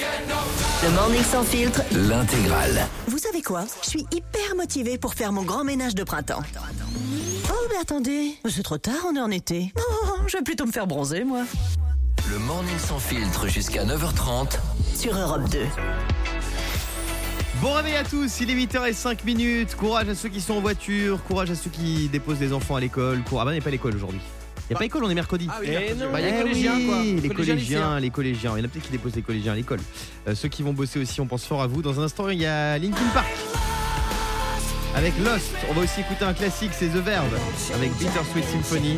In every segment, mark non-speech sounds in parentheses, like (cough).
Le Morning Sans Filtre, L'intégrale. vous savez quoi Je suis hyper motivée pour faire mon grand ménage de printemps. Oh, mais attendez, c'est trop tard, on est en été. (laughs) Oh, je vais plutôt me faire bronzer, moi. Le morning sans filtre jusqu'à 9h30. Sur Europe 2. Bon réveil à tous, il est 8h05 minutes. Courage à ceux qui sont en voiture, courage à ceux qui déposent les enfants à l'école. Cour- Ah bah, il n'y a pas l'école aujourd'hui. Il n'y a pas école, on est mercredi. Ah oui, mercredi. non. Bah, il y a Eh collégiens, oui, quoi. Les Collégiens, collégiens, lycéens. les collégiens. Il y en a peut-être qui déposent les collégiens à l'école. Euh, ceux qui vont bosser aussi, on pense fort à vous. Dans un instant, il y a Linkin Park. Avec Lost, on va aussi écouter un classique, c'est The Verve, avec Bittersweet Symphony.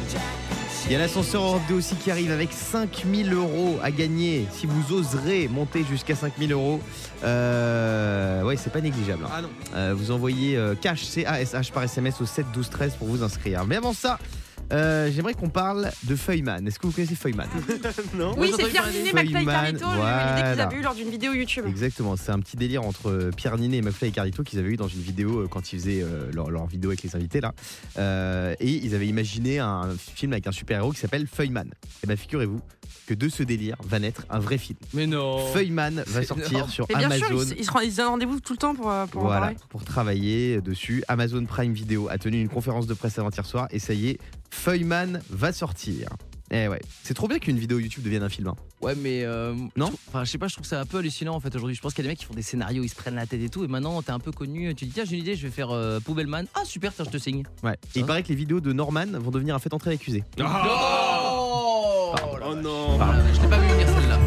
Il y a l'ascenseur Europe 2 aussi qui arrive avec 5000 euros à gagner. Si vous oserez monter jusqu'à 5000 euros, euh, ouais, c'est pas négligeable. hein. Ah non. Euh, vous envoyez euh, cash CASH par SMS au 7 12 13 pour vous inscrire. Mais avant ça, euh, j'aimerais qu'on parle de Feuilleman. Est-ce que vous connaissez Feuilleman Oui, Moi, c'est j'entends Pierre parler. Ninet, Feuille McFly et Man, Carlito, l'idée qu'ils voilà. avaient eue lors d'une vidéo YouTube. Exactement, c'est un petit délire entre euh, Pierre Ninet et McFly et Carlito qu'ils avaient eu dans une vidéo euh, quand ils faisaient euh, leur, leur vidéo avec les invités là. Euh, et ils avaient imaginé un film avec un super-héros qui s'appelle Feuilleman. Et bien figurez-vous que de ce délire va naître un vrai film. Mais non. Feuilleman va C'est sortir énorme. sur Mais bien sûr, Amazon. ils, se- ils se rend- ils se donnent rendez-vous tout le temps pour, euh, pour en voilà, parler. pour travailler dessus. Amazon Prime Video a tenu une conférence de presse avant-hier soir et ça y est, Feuilleman va sortir. Eh ouais, c'est trop bien qu'une vidéo YouTube devienne un film. hein. Ouais, mais. euh, Non je trouve- Enfin, je sais pas, je trouve ça un peu hallucinant en fait aujourd'hui. Je pense qu'il y a des mecs qui font des scénarios, ils se prennent la tête et tout. Et maintenant, t'es un peu connu, tu dis, tiens, j'ai une idée, je vais faire euh, Poubelle Man. Ah, super, tiens, je te signe. Ouais. Et il Hein paraît que les vidéos de Norman vont devenir un fait entrer accusé. Oh, Ah, Oh non. Je l'ai pas vu venir celle-là.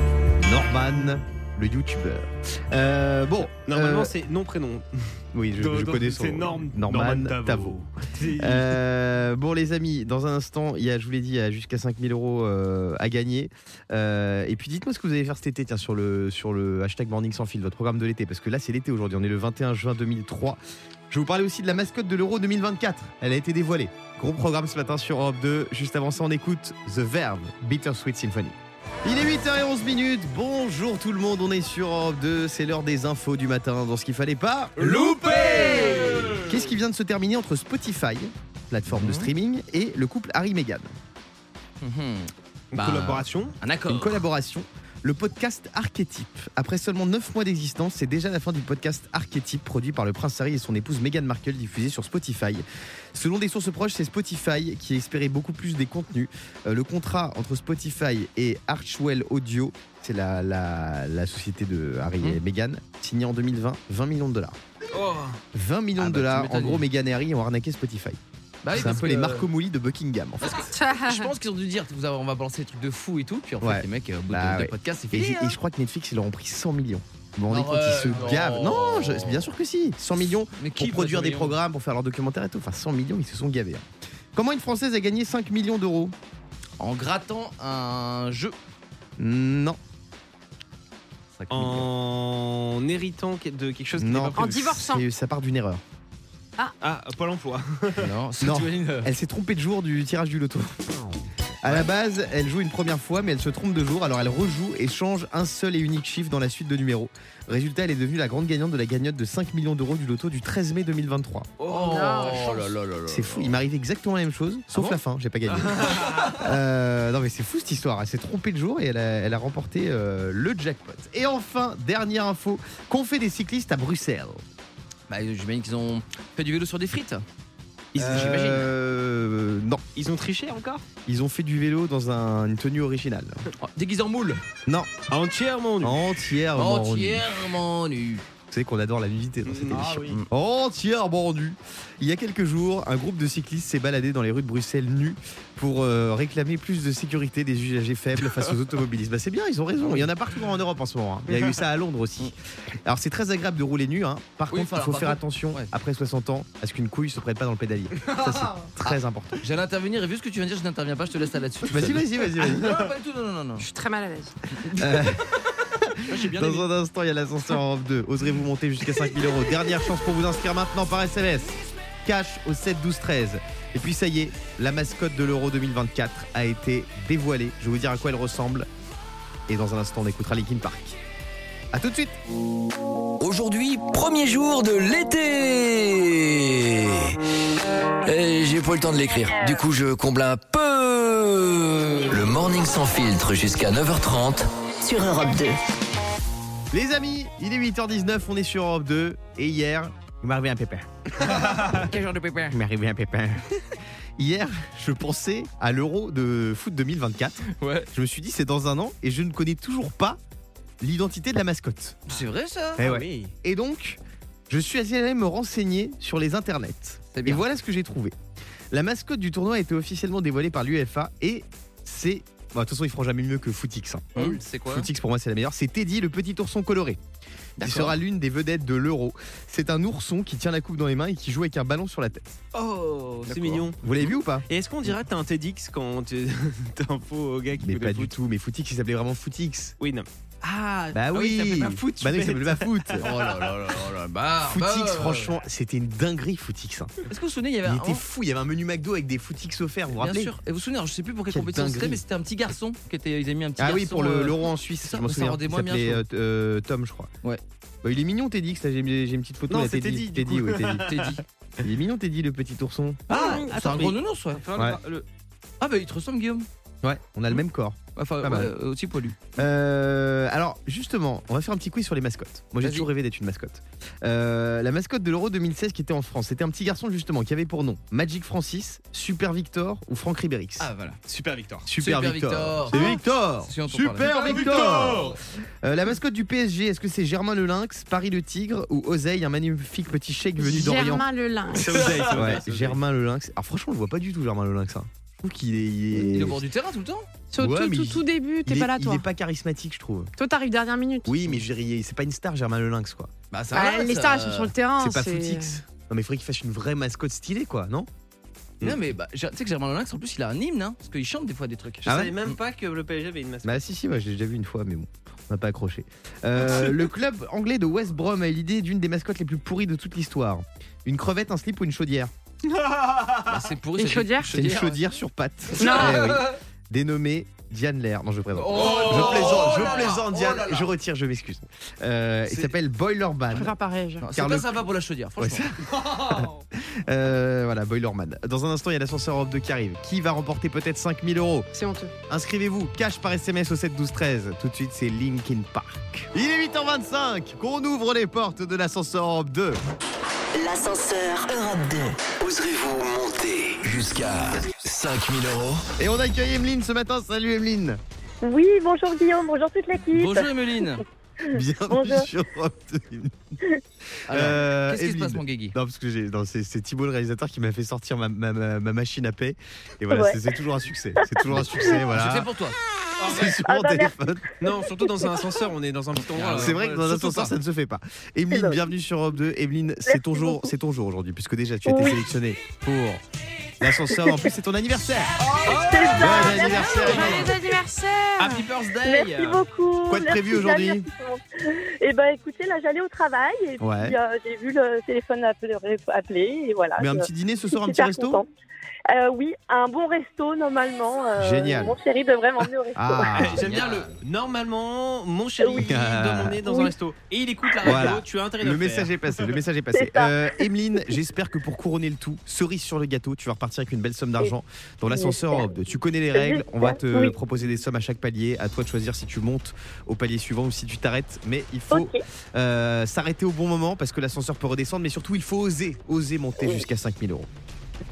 Norman, le youtubeur. Euh, bon, Normalement, euh, c'est nom prénom. oui, je, Dans- je dans- connais son C'est Norm. Norman, Tavo. Tavo. C'est- Euh, bon les amis, dans un instant, il y a, je vous l'ai dit, il y a jusqu'à 5000 euros euh, à gagner. Euh, et puis dites-moi ce que vous allez faire cet été, tiens, sur le, sur le hashtag Morning Sans Fil, votre programme de l'été, parce que là c'est l'été aujourd'hui, on est le 21 juin 2003. Je vais vous parlais aussi de la mascotte de l'Euro 2024, elle a été dévoilée. Gros programme ce matin sur Europe 2, juste avant ça on écoute The Verve, Bittersweet Symphony. Il est 8h11 minutes, bonjour tout le monde, on est sur Europe 2, c'est l'heure des infos du matin, dans ce qu'il fallait pas Loupé Qu'est-ce qui vient de se terminer entre Spotify, plateforme de streaming, et le couple Harry Meghan Mhm. Une Bah, collaboration. Un Une accord. collaboration. Le podcast Archétype. Après seulement 9 mois d'existence, c'est déjà la fin du podcast Archétype produit par le prince Harry et son épouse Meghan Markle diffusé sur Spotify. Selon des sources proches, c'est Spotify qui espérait beaucoup plus des contenus. Euh, le contrat entre Spotify et Archwell Audio, c'est la, la- la société de Harry et Meghan, signé en 2020, 20 millions de dollars. Mhm. Oh. 20 millions Ah de bah, tu dollars. En m'étonnes. gros, Meghan et Harry ont arnaqué Spotify. Bah oui, c'est un parce peu euh, que- les Marco Mouli de Buckingham en fait. Ah. Je pense qu'ils ont dû dire, vous avez- on va balancer des trucs de fou et tout. Puis en fait, Ouais. les mecs, euh, au bout Bah de, de ouais. podcast, c'est Et, fini. hein. j'ai- et je crois que Netflix, ils leur ont pris 100 millions. Vous vous rendez Ah compte, ils ouais, se gavent. Non, non. je- bien sûr que si. 100 millions Mais pour va produire des jouer, hein programmes, pour faire leurs documentaires et tout. Enfin, 100 millions, ils se sont gavés. hein. Comment une Française a gagné 5 millions d'euros En grattant un jeu. Non, Cinq minutes. En héritant que- de quelque chose qui Non. n'est pas prévu. En divorçant. c'est- ça part d'une erreur. Ah, Pôle emploi. (laughs) Non, Non. tu imagines, euh, Elle s'est trompée de jour du tirage du loto. À la base, elle joue une première fois, mais elle se trompe de jour, alors elle rejoue et change un seul et unique chiffre dans la suite de numéros. Résultat, elle est devenue la grande gagnante de la gagnante de 5 millions d'euros du loto du 13 mai 2023. Oh, la là là là là. C'est fou, il m'arrive exactement la même chose, Ah sauf bon la fin, j'ai pas (laughs) gagné. Euh, non mais c'est fou cette histoire, elle s'est trompée de jour et elle a, elle a remporté euh, le jackpot. Et enfin, dernière info, qu'ont fait des cyclistes à Bruxelles Bah, j'imagine qu'ils ont fait du vélo sur des frites. Ils- J'imagine. Euh, Non, Ils ont triché encore ils ont fait du vélo dans un- une tenue originale. Oh, déguisé en moule. Ah, Oh, Entièrement. Oh, nu. Entièrement nue. Entièrement nu. Vous savez qu'on adore la nudité dans cette émission. Mm. Ah oui. Entièrement nu. Il y a quelques jours, un groupe de cyclistes s'est baladé dans les rues de Bruxelles nus pour euh, réclamer plus de sécurité des usagers faibles face (laughs) aux automobilistes. Bah, c'est bien, ils ont raison. Il y en a partout en Europe en ce moment. hein. Il y a eu ça à Londres aussi. Alors c'est très agréable de rouler nu. hein. Par Mm. Oui, contre, il voilà, faut par faire contre, attention ouais. après 60 ans à ce qu'une couille se prenne pas dans le pédalier. Ça (laughs) c'est très important. J'allais intervenir et vu ce que tu viens de dire, je n'interviens pas, je te laisse là là-dessus. Vas-y, vas-y, vas-y, vas-y. Non, pas du tout, non, non, non, non. Je suis très mal à l'aise. J'ai bien Dans un instant, il y a l'ascenseur en Europe 2. Oserez-vous monter jusqu'à 5000 euros Dernière chance pour vous inscrire maintenant par SMS. Cash au 7 12 13. Et puis ça y est, la mascotte de l'Euro 2024 a été dévoilée. Je vais vous dire à quoi elle ressemble. Et dans un instant, on écoutera Linkin Park. A tout de suite Aujourd'hui, premier jour de l'été. Et j'ai pas eu le temps de l'écrire. Du coup, je comble un peu. Le morning sans filtre jusqu'à 9h30. Sur Europe 2. Les amis, il est 8h19, on est sur Europe 2 et hier, il m'est arrivé un pépin. (laughs) Quel genre de pépère Il m'est arrivé un (laughs) pépin. Hier, je pensais à l'Euro de foot 2024. Ouais. Je me suis dit, c'est dans un an et je ne connais toujours pas l'identité de la mascotte. C'est vrai ça Ah Eh ouais. Et donc, je suis allé me renseigner sur les internets. C'est Et bien. voilà ce que j'ai trouvé. La mascotte du tournoi a été officiellement dévoilée par l'UFA et c'est. Bon, de toute façon, ils feront jamais mieux que Footix. hein. Hum, C'est quoi Footix, pour moi, c'est la meilleure. C'est Teddy, le petit ourson coloré. qui D'accord. sera l'une des vedettes de l'Euro. C'est un ourson qui tient la coupe dans les mains et qui joue avec un ballon sur la tête. Oh, c'est D'accord. mignon. Vous l'avez vu ou pas Et est-ce qu'on dirait que t'es un TEDx quand tu- (laughs) t'es un faux gars qui Mais fait pas le du foot tout. Mais Footix, il s'appelait vraiment Footix. Oui, non. Ah, Bah oui, ça s'appelle pas foot. Bah non, il bête. s'appelait pas Foot. Oh là là là là là, bah, Footix, bah. franchement, c'était une dinguerie, Footix. hein. Est-ce que vous vous souvenez, il y avait Il un. était fou, il y avait un menu McDo avec des Footix offerts, vous vous Eh ben, Bien rappelez sûr. Et vous vous souvenez, alors, je sais plus pour quelle Quelle compétition c'était, dinguerie. mais c'était un petit garçon qui était. Ils avaient mis un petit Ah garçon. oui, pour le- euh, l'euro en Suisse, c'est ça, je m'en ça souviens. rendait Il moins bien, s'appelait je euh, euh, Tom, je crois. Ouais. Bah, il est mignon, Teddy, que ça, j'ai j'ai une petite photo. Non, là, c'est Teddy, Teddy, du Teddy, coup. ouais, Teddy. Teddy. (laughs) Il est mignon, Teddy, le petit ourson. Ah, c'est attends, un mais- gros nounours, ouais. Enfin, Ouais. le- Ah bah il te ressemble, Guillaume. Ouais, on a le même corps. Enfin, ouais, Pas mal. euh, aussi poilu. Euh, alors, justement, on va faire un petit quiz sur les mascottes. Moi, j'ai Vas-y. toujours rêvé d'être une mascotte. Euh, la mascotte de l'Euro 2016 qui était en France, c'était un petit garçon, justement, qui avait pour nom Magic Francis, Super Victor ou Franck Ribérix. Ah voilà. Super Victor. Super, Super Victor. Victor. Ah, C'est Victor. C'est sûr, on peut Super parler. Victor. Euh, la mascotte du PSG, est-ce que c'est Germain le Lynx, Paris le Tigre ou Oseille, un magnifique petit chèque venu d'Orient Germain le lynx. C'est Oseille, c'est Ouais, Oseille, c'est Oseille. Germain le Lynx. Alors franchement, on le voit pas du tout Germain le Lynx. hein. Je trouve qu'il est, Il il est est- au bord du terrain tout le temps. Surtout Ouais, mais tout, il- tout début, il t'es est- pas là il toi. est pas charismatique, je trouve. Toi t'arrives dernière minute. Oui, mais je dirais, il- c'est pas une star Germain le Lynx, quoi. Bah ça Bah, va, les ça- stars elles sont sur le terrain. c'est pas Footix. Non, mais il faudrait qu'il fasse une vraie mascotte stylée, quoi, non Non mais bah, tu sais que Germain Lynx en plus il a un hymne hein, parce qu'il chante des fois des trucs. Je Ah ouais savais même pas que le PSG avait une mascotte. Bah si, si, moi j'ai déjà vu une fois, mais bon, on n'a pas accroché. (laughs) Euh, le club anglais de West Brom a eu l'idée d'une des mascottes les plus pourries de toute l'histoire. Une crevette, un slip ou une chaudière Bah, c'est pourri. Une c'est- chaudière C'est une ouais. chaudière sur pattes. Non. Eh oui. Dénommée Diane Lair. Non, je plaisante. Oh je plaisante, là là, je plaisante, oh Diane. là là. Je retire, je m'excuse. Euh, il C'est- s'appelle Boilerman. Je préfère pas réagir. Non, C'est Car pas le- sympa pour la chaudière, Ouais, franchement. Euh, voilà, Boilerman. Dans un instant, il y a l'ascenseur Europe 2 qui arrive. Qui va remporter peut-être 5000 euros C'est honteux. Inscrivez-vous, cash par SMS au 7 12 13. Tout de suite, c'est Linkin Park. Il est 8h25, qu'on ouvre les portes de l'ascenseur Europe 2. L'ascenseur Europe 2. Oserez-vous monter jusqu'à 5000 euros Et on accueille Emeline ce matin. Salut Emeline. Oui, bonjour Guillaume, bonjour toute l'équipe. Bonjour Emeline. Bienvenue Bonjour. sur Europe 2. Alors, Euh, Qu'est-ce qui se Emeline. passe mon Guégui Non, parce que j'ai- non, c'est, c'est Thibaut le réalisateur qui m'a fait sortir ma, ma- ma- ma machine à paix. Et voilà, Ouais. c'est, c'est toujours un succès. C'est toujours un succès, Je voilà. fais pour toi. C'est sur Ah mon bah, téléphone. Non, surtout dans un ascenseur, on est dans un petit endroit. C'est vrai que dans un Ah, Surtout ascenseur, pas. ça ne se fait pas. Emeline, dommage. bienvenue sur Europe 2. Emeline, c'est ton jour, beaucoup. c'est ton jour aujourd'hui, puisque déjà tu as été Oui. sélectionnée pour l'ascenseur. En plus, c'est ton anniversaire. C'est ça, Bon merci. anniversaire, Emeline. Joyeux anniversaire Ah, Happy birthday Merci beaucoup. Quoi de prévu aujourd'hui Et ben écoutez, là j'allais au travail et puis Ouais. euh, j'ai vu le téléphone appeler, appeler et voilà. Mais un Ah, je- petit dîner ce je suis soir, un petit super resto contente. Euh, Oui, un bon resto normalement. euh, Génial. Mon chéri devrait m'emmener au resto. Ah, Eh, J'aime bien le. Normalement, mon chéri Oui. demandait dans un Oui. resto. Et il écoute la radio, Voilà. tu as intérêt de le le faire. message est passé, le (laughs) message est passé. C'est ça. Euh, Emeline, j'espère que pour couronner le tout, cerise sur le gâteau, tu vas repartir avec une belle somme d'argent dans l'ascenseur J'espère. Europe 2. Tu connais les règles, on va te Oui. proposer des sommes à chaque palier, à toi de choisir si tu montes au palier suivant ou si tu t'arrêtes, mais il faut Ok, euh, s'arrêter au bon moment parce que l'ascenseur peut redescendre, mais surtout il faut oser, oser monter Oui. jusqu'à 5000 euros.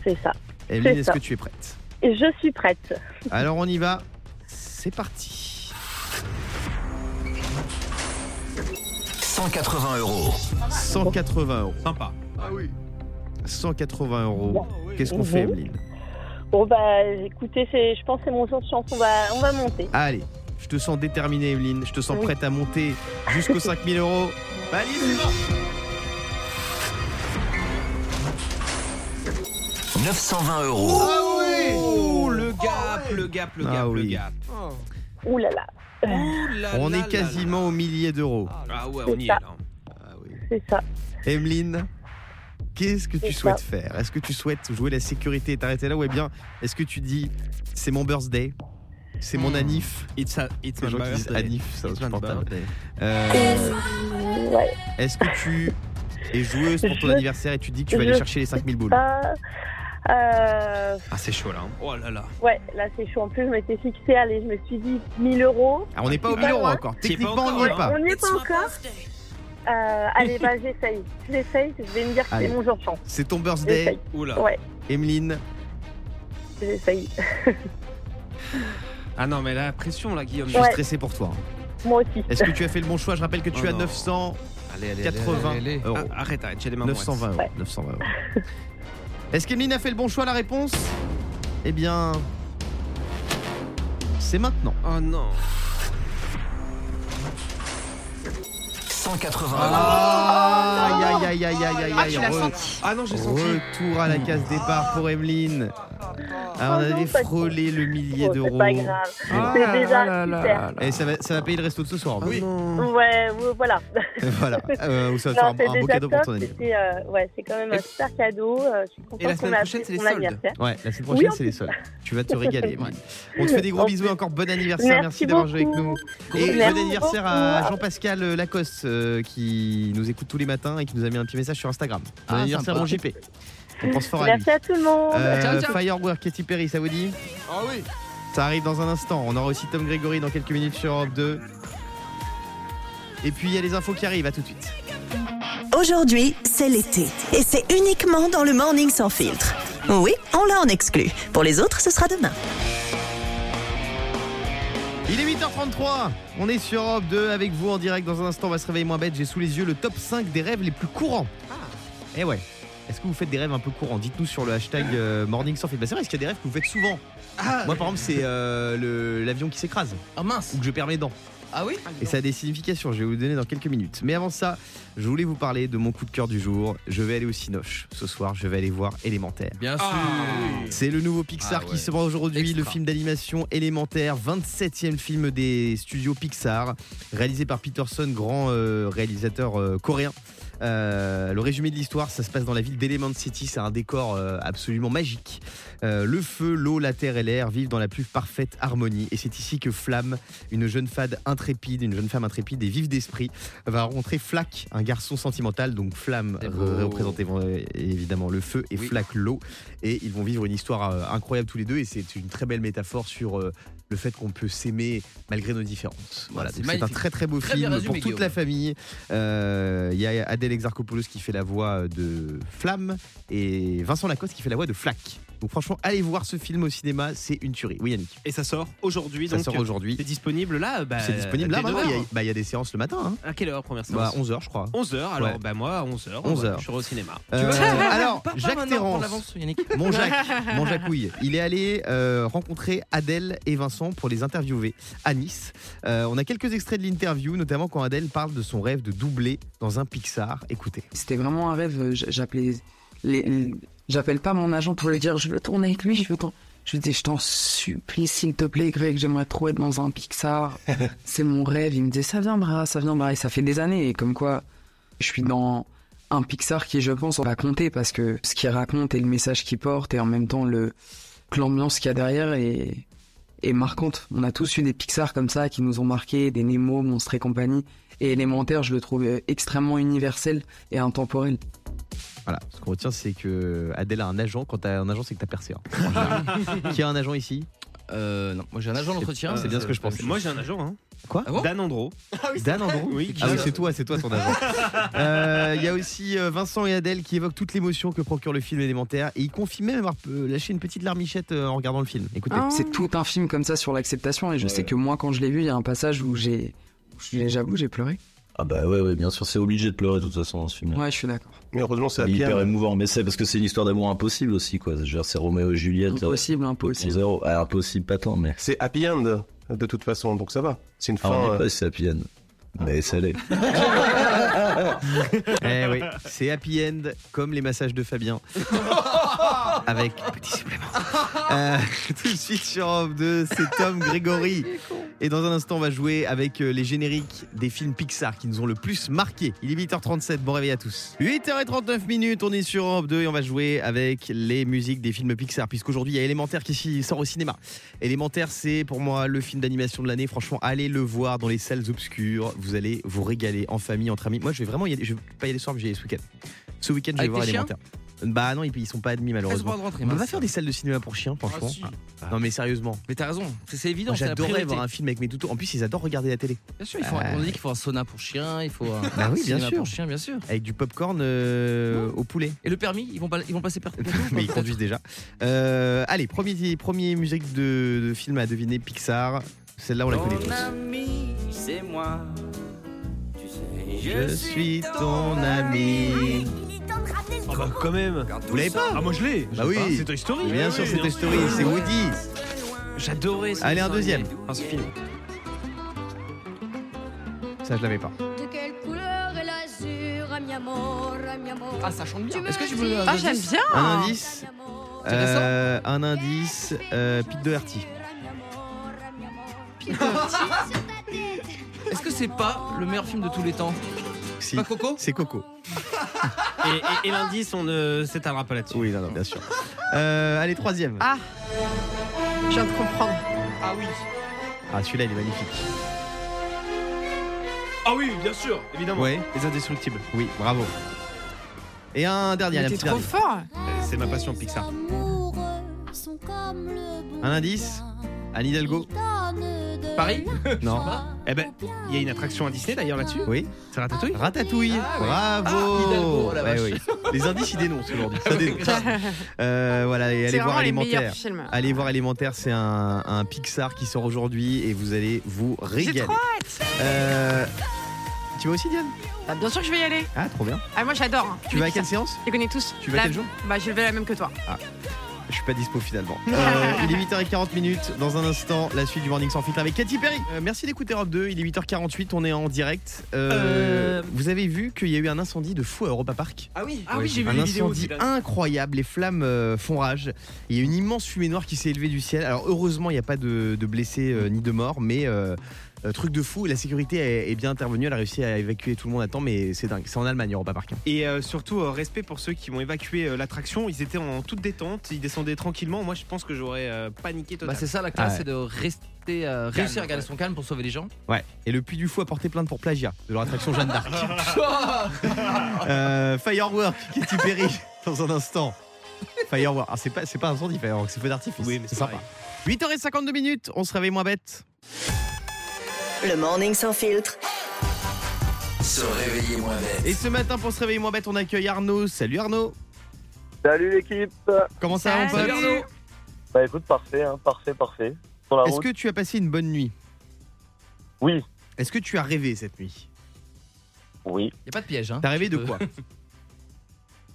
c'est ça. Emeline, C'est est-ce ça. que tu es prête Et je suis prête. Alors on y va, c'est parti. 180 euros. 180 euros. Sympa. 180 euros. Qu'est-ce qu'on Mhm. fait, Emeline Bon bah écoutez, c'est, je pense que c'est mon jour de chance. On va, on va monter. Allez, je te sens déterminée, Emeline. Je te sens Oui. prête à monter jusqu'aux 5000 euros. Valide, c'est bon. 920 euros. Oh, le gap, le gap, le Ah gap, oui. le gap. Ouh là là, Ouh là On là est là quasiment au millier d'euros. là. Ah ouais, C'est on y est ça. là. c'est ça. Emeline, qu'est-ce que tu C'est souhaites faire Est-ce que tu souhaites jouer la sécurité et t'arrêter là Ou eh bien, est-ce que tu dis c'est mon birthday c'est mon Hmm. anif. It's, a, it's Les gens qui disent anif, c'est It's my insupportable. birthday. Euh, Euh, ouais. Est-ce que tu es joueuse pour ton Je- anniversaire et tu dis que tu vas je- aller chercher les 5000 boules Ah, Euh, Ah, c'est chaud là. hein. Oh là là. ouais, là c'est chaud. En plus, je m'étais fixé, allez, je me suis dit 1000 euros. Ah, on n'est pas au T'y es pas bureau loin. encore. T'y es pas Techniquement, on n'y est encore, pas. On n'y est pas encore. Euh, allez, bah j'essaye. J'essaye, je vais me dire que Allez. c'est mon jour de chance. C'est ton birthday, J'essaye, Oula. ouais, Emeline. j'essaye. Ah non, mais la pression là, Guillaume. Je suis Ouais. stressé pour toi. Moi aussi. Est-ce que tu as fait le bon choix Je rappelle que tu Oh as non. 980 Allez, allez, allez, allez. euros. Ah, arrête, arrête, j'ai les mains 920 euros. Ouais. 920 euros. Est-ce qu'Emeline a fait le bon choix La réponse Eh bien. C'est maintenant. moites. Oh non. 180 Aïe aïe aïe aïe aïe aïe Ah, aïe. tu l'as Re- senti. Ah non, j'ai senti. Retour à la case départ pour Emeline. Ah, on Oh non, avait pas de frôlé le millier Oh, d'euros. c'est pas grave. Ah C'est là déjà là là super. là là. Et ça va, ça va payer le resto de ce soir. en Ah Oui. fait. Ouais, ouais, voilà. (laughs) voilà. Euh, ou ça va Non, te c'est faire un, un beau déjà cadeau pour ton top. anniversaire. C'était, euh, ouais, c'est quand même un super cadeau. Euh, je suis et la semaine contente qu'on a prochaine, fait c'est les mon soldes. anniversaire. Ouais, la semaine Oui, prochaine, en c'est les soldes. Tu vas te régaler. (laughs) Emeline. On te fait des gros En bisous, plus. encore bon anniversaire. Merci, Merci d'avoir joué avec beaucoup. nous. Et Merci bon anniversaire à beaucoup. Jean-Pascal euh, Lacoste euh, qui nous écoute tous les matins et qui nous a mis un petit message sur Instagram. Bon Ah, anniversaire sympa. mon GP. On pense fort à lui. Merci à tout le monde. Euh, Ciao, ciao. Firework, Katy Perry, ça vous dit Ah oui. Ça arrive dans un instant. On aura aussi Tom Gregory dans quelques minutes sur Europe 2. Et puis il y a les infos qui arrivent, à tout de suite. Aujourd'hui, c'est l'été. Et c'est uniquement dans le Morning Sans Filtre. Oui, on l'a en exclu. Pour les autres, ce sera demain. Il est 8h33, on est sur Europe 2 avec vous en direct. Dans un instant, on va se réveiller moins bête. J'ai sous les yeux le top 5 des rêves les plus courants. Eh ouais. Est-ce que vous faites des rêves un peu courants Dites-nous sur le hashtag euh, Morning Sans Filtre. Bah, c'est vrai, est-ce qu'il y a des rêves que vous faites souvent Ah, Moi, par exemple, c'est euh, le- l'avion qui s'écrase Ah mince. ou que je perds mes dents. Ah oui Et ça a des significations, je vais vous le donner dans quelques minutes. Mais avant ça, je voulais vous parler de mon coup de cœur du jour. Je vais aller au Cinoche. Ce soir, je vais aller voir Élémentaire. Bien Ah sûr. C'est le nouveau Pixar Ah ouais. qui sort aujourd'hui, Extra. le film d'animation élémentaire, 27e film des studios Pixar, réalisé par Peterson, grand euh, réalisateur euh, coréen. Euh, le résumé de l'histoire, ça se passe dans la ville d'Element City, c'est un décor euh, absolument magique. Euh, le feu, l'eau, la terre et l'air vivent dans la plus parfaite harmonie. Et c'est ici que Flamme, une jeune fade intrépide, une jeune femme intrépide et vive d'esprit, va rencontrer Flack, un garçon sentimental. Donc Flamme C'est re- beau. représente évo- évidemment le feu et Eh ben. Oui. Flack l'eau. Et ils vont vivre une histoire euh, incroyable tous les deux. Et c'est une très belle métaphore sur euh, le fait qu'on peut s'aimer malgré nos différences. Voilà, c'est donc c'est un magnifique. très très beau Très bien film résumé, pour toute Guillaume. la famille. Euh, Il y a Adèle Exarchopoulos qui fait la voix de Flamme et Vincent Lacoste qui fait la voix de Flack. Donc franchement, allez voir ce film au cinéma, c'est une tuerie. Oui Yannick, Et ça sort aujourd'hui. ça donc, sort aujourd'hui. C'est disponible là bah, C'est disponible là dès maintenant. Il y a- demain. bah, Il y, a des séances le matin, hein. À quelle heure, première séance bah, 11h je crois. 11h, alors Ouais. bah moi à 11h, 11 heures. je serai au cinéma. Euh, (laughs) alors, Pas- pas Jacques maintenant, prends Terrence, l'avance, Yannick. mon Jacques, (laughs) mon Jacouille, il est allé euh, rencontrer Adèle et Vincent pour les interviewer à Nice. Euh, on a quelques extraits de l'interview, notamment quand Adèle parle de son rêve de doubler dans un Pixar. Écoutez. C'était vraiment un rêve. euh, j- J'appelais, les, les- j'appelle pas mon agent pour lui dire je veux tourner avec lui, je veux tourner. Je lui dis je t'en supplie s'il te plaît Greg, j'aimerais trop être dans un Pixar. C'est mon rêve. Il me dit ça viendra, ça viendra. Et ça fait des années. Et comme quoi, je suis dans un Pixar qui je pense va compter parce que ce qu'il raconte et le message qu'il porte et en même temps le l'ambiance qu'il y a derrière est, est marquante. On a tous eu des Pixar comme ça qui nous ont marqué, des Nemo, Monstres et compagnie. Et élémentaire, je le trouve euh, extrêmement universel et intemporel. Voilà, ce qu'on retient, c'est que Adèle a un agent. Quand t'as un agent, c'est que t'as percé. hein, en (laughs) général. Qui a un agent ici Euh, non, moi j'ai un agent d'entretien. Euh, C'est- c'est bien ce que je pensais. Moi j'ai un agent, hein. Quoi Ah bon Dan Andro. Dan Andro Oui, Ah oui, qui- c'est toi, c'est toi ton agent. Euh, Il y a aussi euh, Vincent et Adèle qui évoquent toute l'émotion que procure le film élémentaire. Et ils confient même avoir euh, lâché une petite larmichette euh, en regardant le film. Écoutez. Ah. C'est tout un film comme ça sur l'acceptation. Et je sais que moi, quand je l'ai vu, il y a un passage où j'ai. j'ai- J'avoue, j'ai pleuré. Ah bah ouais, ouais, bien sûr, c'est obligé de pleurer de toute façon dans ce film. Ouais, je suis d'accord. Mais heureusement, c'est C'est à hyper Pierre. émouvant, mais c'est parce que c'est une histoire d'amour impossible aussi, quoi. Je veux dire, C'est Roméo et Juliette. euh, Impossible, impossible. 11, ah, impossible, pas tant, mais. C'est happy end, de toute façon, donc ça va. C'est une Ah, on fin. n'est euh, Ah. pas si happy end. Mais ça l'est. Eh oui, c'est happy end comme les massages de Fabien. Avec petit supplément. Euh, tout de suite sur Europe 2, c'est (laughs) Tom Grégory. Et dans un instant, on va jouer avec euh, les génériques des films Pixar qui nous ont le plus marqué. Il est 8h37, bon réveil à tous. 8h39 minutes, on est sur Europe 2 et on va jouer avec les musiques des films Pixar, puisqu'aujourd'hui, il y a Élémentaire qui s'y- sort au cinéma. Élémentaire, c'est pour moi le film d'animation de l'année. Franchement, allez le voir dans les salles obscures. Vous allez vous régaler en famille, entre amis. Moi, je vais vraiment y aller. Je vais pas y aller ce soir, mais j'y vais ce week-end. Ce week-end, je vais Avec voir tes chiens Élémentaire. Bah non, ils, ils sont pas admis malheureusement. droit de rentrer, On peut mince. pas faire des salles de cinéma pour chiens, franchement. si. Ah. Non mais sérieusement. Mais t'as raison, c'est- c'est évident. Moi, c'est la J'adorais priorité. voir un film avec mes toutous. En plus, ils adorent regarder la télé. Bien sûr, il faut, on dit qu'il faut un sauna pour chien, il faut un Bah oui, bien cinéma sûr. pour chien, Euh. bien sûr. Avec du popcorn euh, au poulet. (laughs) Et le permis, ils vont, pas- ils vont passer par. mais ils conduisent déjà. Euh, allez, premier, premier musique de, de film à deviner Pixar. Celle-là, on la connaît Mon tous. ami, c'est moi. Tu sais, Je suis ton ami. Ah bah quand même. Vous l'avez pas Ah moi je l'ai. Bah oui. C'est Toy Story. Bien Oui, sûr, oui, c'est bien Toy sûr. Story, c'est Woody. J'adorais. ce Allez, un dessin deuxième. animé. Enfin, ce film. Ça, je l'avais pas. De quelle couleur est l'azur, mi amor, mi amor Ah, ça chante bien. me Est-ce que tu dis- veux. Ah, j'aime bien. Un indice. euh, un indice. euh, Pete Doherty. Est-ce que c'est pas le meilleur film de tous les temps Si. Coco C'est (laughs) Coco. Et, et- et l'indice, on euh, ne s'étalera pas là-dessus. Oui, non, non, bien sûr. Euh, allez, troisième. Ah, je viens de comprendre. Ah oui. Ah, celui-là, il est magnifique. Ah oui, bien sûr, évidemment. Ouais. Les indestructibles. Oui, bravo. Et un dernier, Mais un T'es petit trop dernier. fort. Euh, C'est ma passion Pixar. Un indice Anne Hidalgo Paris Non. Bah, Eh ben, il y a une attraction à Disney d'ailleurs là-dessus. Oui C'est Ratatouille Ratatouille Bravo Ah, Hidalgo, la Ouais, vache. oui. Les indices, ils dénoncent (laughs) aujourd'hui. Ça dénonce. Euh, voilà, et allez C'est voir Ah, vraiment les Élémentaire. meilleurs films. Allez voir Élémentaire, c'est un, un Pixar qui sort aujourd'hui et vous allez vous régaler. trop Euh, tu vas aussi, Diane Bah, bien sûr que je vais y aller. Ah, trop bien. Ah, moi j'adore. hein. Tu vas à quelle séance Je les connais tous. Tu vas La- quel jour Bah, je vais la même que toi. Je suis pas dispo finalement. (laughs) Euh, il est 8h40 minutes. Dans un instant, la suite du Morning Sans Filtre avec Katy Perry. Euh, merci d'écouter Europe 2. Il est 8h48. On est en direct. Euh, Euh, Vous avez vu qu'il y a eu un incendie de fou à Europa Park Ah oui, Ouais, Un incendie incroyable. Les flammes euh, font rage. Il y a une immense fumée noire qui s'est élevée du ciel. Alors heureusement, il n'y a pas de, de blessés euh, ni de morts, mais. euh, euh, truc de fou, la sécurité est, est bien intervenue, elle a réussi à évacuer tout le monde à temps, mais c'est dingue. C'est en Allemagne, Europa Park. hein. Et euh, surtout, euh, respect pour ceux qui ont évacué euh, l'attraction. Ils étaient en toute détente, ils descendaient tranquillement. Moi, je pense que j'aurais euh, paniqué Bah, totalement. c'est ça la Ah classe, ouais. c'est de rester, euh, réussir à garder son calme pour sauver les gens. Ouais. Et le Puy du Fou a porté plainte pour plagiat de leur attraction Jeanne d'Arc. Euh, Firework, Katy Perry, (laughs) dans un instant. Firework. Ah, c'est pas, c'est pas incendie, Firework, c'est feu d'artifice. Oui, mais c'est c'est sympa. 8h52 minutes, on se réveille moins bête. Le morning sans filtre. Se réveiller moins bête. Et ce matin, pour se réveiller moins bête, on accueille Arnaud. Salut Arnaud. Salut l'équipe Comment ça, mon pote Salut. Bah écoute, parfait, hein, parfait, parfait. Sur la Est-ce route, que tu as passé une bonne nuit Oui. Est-ce que tu as rêvé cette nuit oui. Y a pas de piège, hein. T'as rêvé de peux- quoi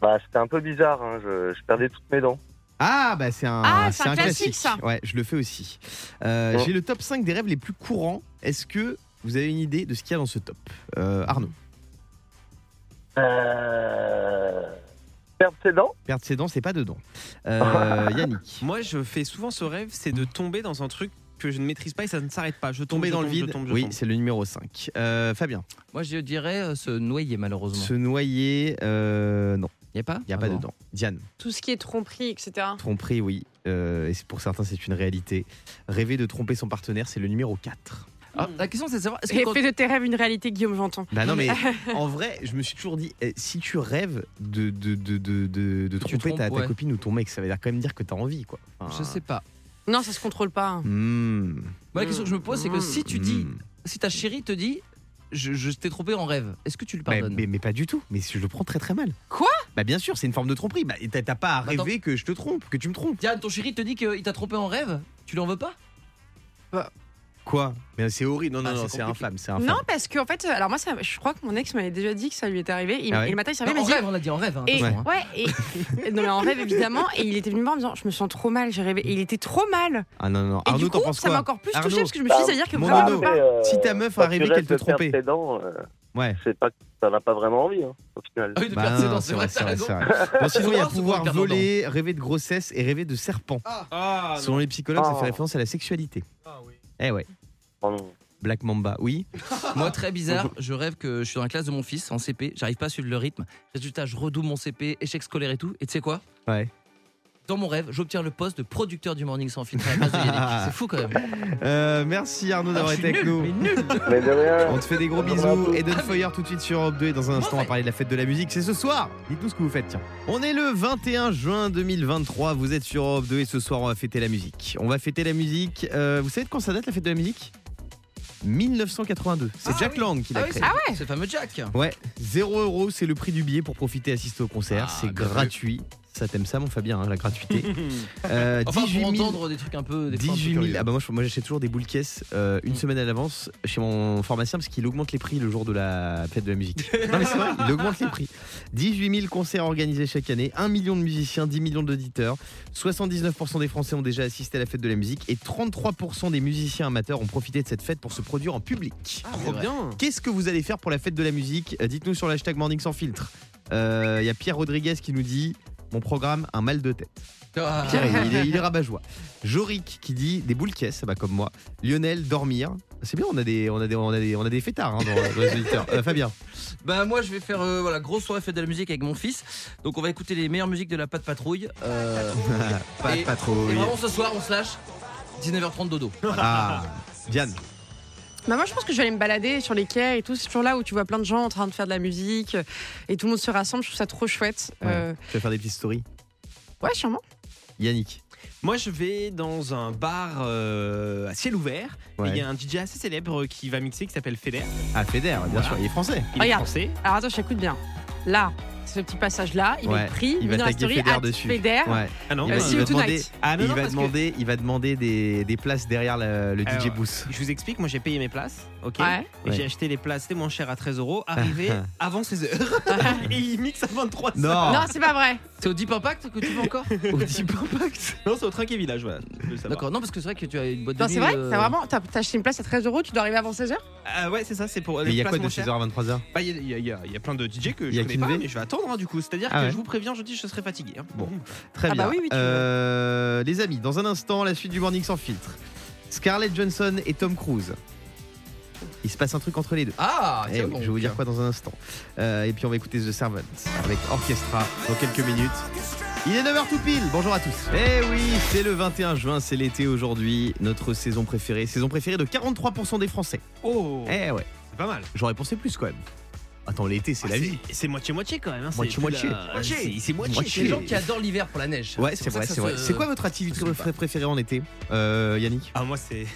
Bah c'était un peu bizarre, hein, je, je perdais toutes mes dents. Ah, bah c'est un, Ah, c'est un classique, ça. Ouais, je le fais aussi. Euh, Bon. J'ai le top 5 des rêves les plus courants. Est-ce que vous avez une idée de ce qu'il y a dans ce top Euh, Arnaud, Euh... Perdre ses dents perdre ses dents, c'est pas dedans. (laughs) Euh, Yannick, Moi, je fais souvent ce rêve, c'est de tomber dans un truc que je ne maîtrise pas et ça ne s'arrête pas. Je tombe tomber je dans le tombe, vide, Je tombe, je oui, tombe. c'est le numéro 5. Euh, Fabien, (laughs) Moi, je dirais euh, se noyer, malheureusement. se noyer, euh, non, Y a pas il n'y a pas Ah bon. dedans. Diane, Tout ce qui est tromperie, etc. tromperie, oui. Euh, et c'est- pour certains, c'est une réalité. Rêver de tromper son partenaire, c'est le numéro 4. Ah, la question, c'est de savoir. Est-ce que Et quand- fais de tes rêves une réalité, Guillaume Janton. Bah non, mais (laughs) en vrai, je me suis toujours dit, eh, si tu rêves de, de, de, de, de- de Que tu tromper ta, trompes, ta ouais. copine ou ton mec, ça veut dire quand même dire que t'as envie, quoi. Enfin, Je sais pas. Non, ça se contrôle pas. hein. hmm, Moi, la question que je me pose, c'est que Mm. si tu dis, hmm. si ta chérie te dit, je, je t'ai trompé en rêve, est-ce que tu le Mais, pardonnes mais- mais pas du tout, mais je le prends très très mal. Quoi Bah bien sûr, c'est une forme de tromperie. Bah, et t'as t'as pas à Attends. rêver que je te trompe, que tu me trompes. Diane, ton chéri te dit qu'il t'a trompé en rêve, tu l'en veux pas Quoi Mais c'est horrible. Non, non, Ah, non, c'est c'est compliqué. infâme, c'est infâme. Non, parce qu'en fait, alors moi, ça- je crois que mon ex m'avait déjà dit que ça lui était arrivé. Il- Ah ouais Et le matin, il s'est Non, En réveillé, il m'a dit rêve, on l'a dit en rêve. hein, Et attention, hein. ouais, et non mais en rêve évidemment, et il était venu me voir en me disant je me sens trop mal, j'ai rêvé, et il était trop mal. Ah non, non. Et Arnaud, du t'en coup, penses ça m'a quoi encore plus Arnaud, touché parce que je me suis dit bah, ça veut dire que mon vraiment Arnaud. je peux pas. Si ta meuf a rêvé qu'elle te trompait. trompait tes dents, euh, Ouais. c'est pas, t'en as pas vraiment envie, hein, au final. Ah oui, de Bah perdre ses non, dents, c'est vrai, t'as c'est vrai, raison. c'est vrai. Bon, sinon, il y a Non, c'est pouvoir pour perdre voler, rêver de grossesse et rêver de serpent. Ah, non. Selon les psychologues, ça Ah. fait référence à la sexualité. Ah oui. Eh ouais. Oh non. Black Mamba, oui. Moi, très bizarre, je rêve que je suis dans la classe de mon fils en CP, j'arrive pas à suivre le rythme. Résultat, je redouble mon CP, échec scolaire et tout. Et tu sais quoi Ouais. dans mon rêve, j'obtiens le poste de producteur du Morning Sans Filtre à la place de Yannick. C'est fou quand même. Euh, merci Arnaud d'avoir Ah, je été suis avec nul, nous. mais nul. Mais de rien. On te fait des gros Bonne journée à bisous. tous. Eden Foyer tout de suite sur Europe 2 et dans un instant on va parler de la fête de la musique. C'est ce soir. Dites-nous ce que vous faites. Tiens. On est le 21 juin 2023. Vous êtes sur Europe 2 et ce soir on va fêter la musique. On va fêter la musique. Euh, vous savez de quand ça date la fête de la musique 1982. C'est Jack Lang qui l'a Ah oui, créé. c'est- Ce fameux Jack. Ouais, 0 euro, c'est le prix du billet pour profiter et assister au concert. Ah, c'est bien vu. gratuit. Ça t'aime ça, mon Fabien, hein, la (laughs) gratuité. Euh, enfin, 18 pour 000 entendre des trucs un peu. Des fois un peu 18 000. curieux. Mm. Ah bah moi, je- moi j'achète toujours des boules caisses euh, une semaine à l'avance chez mon pharmacien parce qu'il augmente les prix le jour de la fête de la musique. non mais c'est vrai, il augmente les prix. 18 000 concerts organisés chaque année, 1 million de musiciens, 10 millions d'auditeurs, 79% des Français ont déjà assisté à la fête de la musique et 33% des musiciens amateurs ont profité de cette fête pour se produire en public. Ah, trop bien. Qu'est-ce que vous allez faire pour la fête de la musique Euh, Dites-nous sur l'hashtag Morning Sans Filtre. Il y a Pierre Rodriguez qui nous dit mon programme, un mal de tête. Ah. Pierre, il est, il est rabat-joie. (laughs) Jorik qui dit des boules caisses, ça va comme moi. Lionel, dormir. C'est bien, on a des, on a des, on a des, on a des fêtards hein, dans, dans les auditeurs. Euh, Fabien. Bah moi je vais faire euh, voilà grosse soirée fête de la musique avec mon fils. Donc on va écouter les meilleures musiques de la Pat Patrouille. Euh, Pas et- de patrouille. Et vraiment ce soir on se lâche 19h30 dodo. Ah, Diane. Bah moi je pense que je vais aller me balader sur les quais et tout. C'est toujours là où tu vois plein de gens en train de faire de la musique euh, et tout le monde se rassemble. Je trouve ça trop chouette. Euh, Ouais. Tu vas faire des petites stories. ouais sûrement. Yannick. Moi, je vais dans un bar euh, à ciel ouvert. et Il Ouais. y a un DJ assez célèbre qui va mixer qui s'appelle Feder. Ah, Feder, bien Voilà. sûr, il est français. Il est Regarde. français. Alors attends, je t'écoute bien. Là, ce petit passage là, il Ouais, est pris. il mis va dans la taguer story Feder at Euh, dessus. Feder. Ouais. Ah non, il va, bah, il see va you demander, tonight. Ah non, il non, va parce que- Ah, demander, il va demander des, des places derrière le, le DJ Alors, Booth. Je vous explique, moi j'ai payé mes places, ok Ouais. Et Ouais. Ah, j'ai acheté les places, c'était moins cher à 13 euros, arrivé avant 16 heures. (laughs) et il mixe à 23 Non. heures. Non, c'est pas vrai. C'est au Deep Impact que tu vas encore Au Deep Impact Non, c'est au Trinquet Village, voilà. je veux le savoir. D'accord, non parce que c'est vrai que tu as une boîte de Non, c'est nuit, vrai. euh, T'as vraiment. T'as t'as acheté une place à 13 euros. Tu dois arriver avant 16 h Ah ouais, c'est ça, c'est pour Mais les il y a places quoi de moins chères. 16h à 23h Bah, il y, a- il y a- il y a- il y a plein de DJ que Il y je a connais Kinvé pas, mais je vais attendre hein, du coup. C'est-à-dire Ah que ouais. je vous préviens, je dis je serai fatigué. hein. Bon. Très Ah bien. bah oui, oui, tu Euh, les amis, dans un instant, la suite du Morning sans filtre. Scarlett Johnson et Tom Cruise. Il se passe un truc entre les deux. Ah, Eh tiens oui, donc. je vais vous dire quoi dans un instant. Euh, et puis on va écouter The Servant avec Orchestra dans quelques minutes. Il est 9h tout pile, bonjour à tous. Eh oui, c'est le 21 juin, c'est l'été aujourd'hui, notre saison préférée, saison préférée de 43% des Français. Oh Eh ouais, C'est pas mal. j'aurais pensé plus quand même. Attends, l'été c'est Ah, la vie. C'est moitié-moitié quand même. hein, c'est Moitié-moitié. plus la- Moitié. c'est- C'est C'est moitié. les gens qui adorent l'hiver pour la neige. Ouais, pour c'est ça vrai, que ça c'est vrai. se- C'est quoi votre activité se fait préférée préférée en été, euh, Yannick Ah, moi, c'est.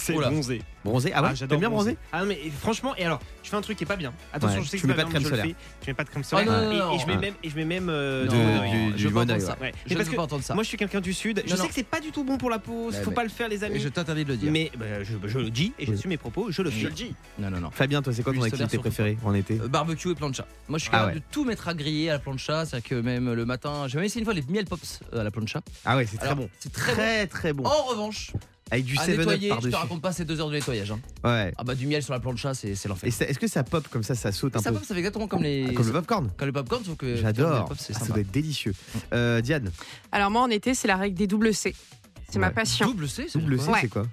C'est Oh là. bronzé. Bronzé Ah ouais, j'adore t'aimes bien bronzé Ah non, mais franchement, et alors, je fais un truc qui est pas bien. Attention, Ouais, je sais que tu c'est mets pas de bien, crème mais je le solaire. fais. Je mets pas de crème Oh non, solaire. non, non, et, et je mets non. même, et je mets même euh, De- du du- bonheur. du je veux pas bon entendre oeil, ça. Ouais. Je Mais parce veux que pas entendre ça. Moi, je suis quelqu'un du sud. Je Non, sais non. que c'est pas du tout bon pour la peau. Ouais, faut mais- pas le faire, les Et amis. je t'interdis de le dire. Mais bah, je, je le dis et j'assume mes propos. Je le fais. Je le Non, non, non. Fabien, toi, c'est quoi ton Huile solaire activité surtout. préférée en été Euh, Barbecue et plancha. Moi, je suis Ah capable ouais. de tout mettre à griller à la plancha. C'est-à-dire que même le matin, j'ai même essayé une fois les miel pops euh, à la plancha. Ah ouais, c'est très Alors, bon. C'est très, Très très bon. bon. En revanche, Avec du à 7 up nettoyer, je te par-dessus. raconte pas ces deux heures de nettoyage. hein. Ouais. Ah bah du miel sur la plancha, c'est c'est Et l'enfer. ça- est-ce que ça pop comme ça, ça saute un Ça peu Ah, pop, ça fait exactement comme les Comme le popcorn comme le popcorn, sauf Euh, que le miel J'adore. pop, c'est Ah, ça sympa. doit être délicieux. Euh, Diane, Alors moi en été, c'est la règle des doubles C. C'est ma Ouais. passion. Double C, c'est double C, Ouais. c'est quoi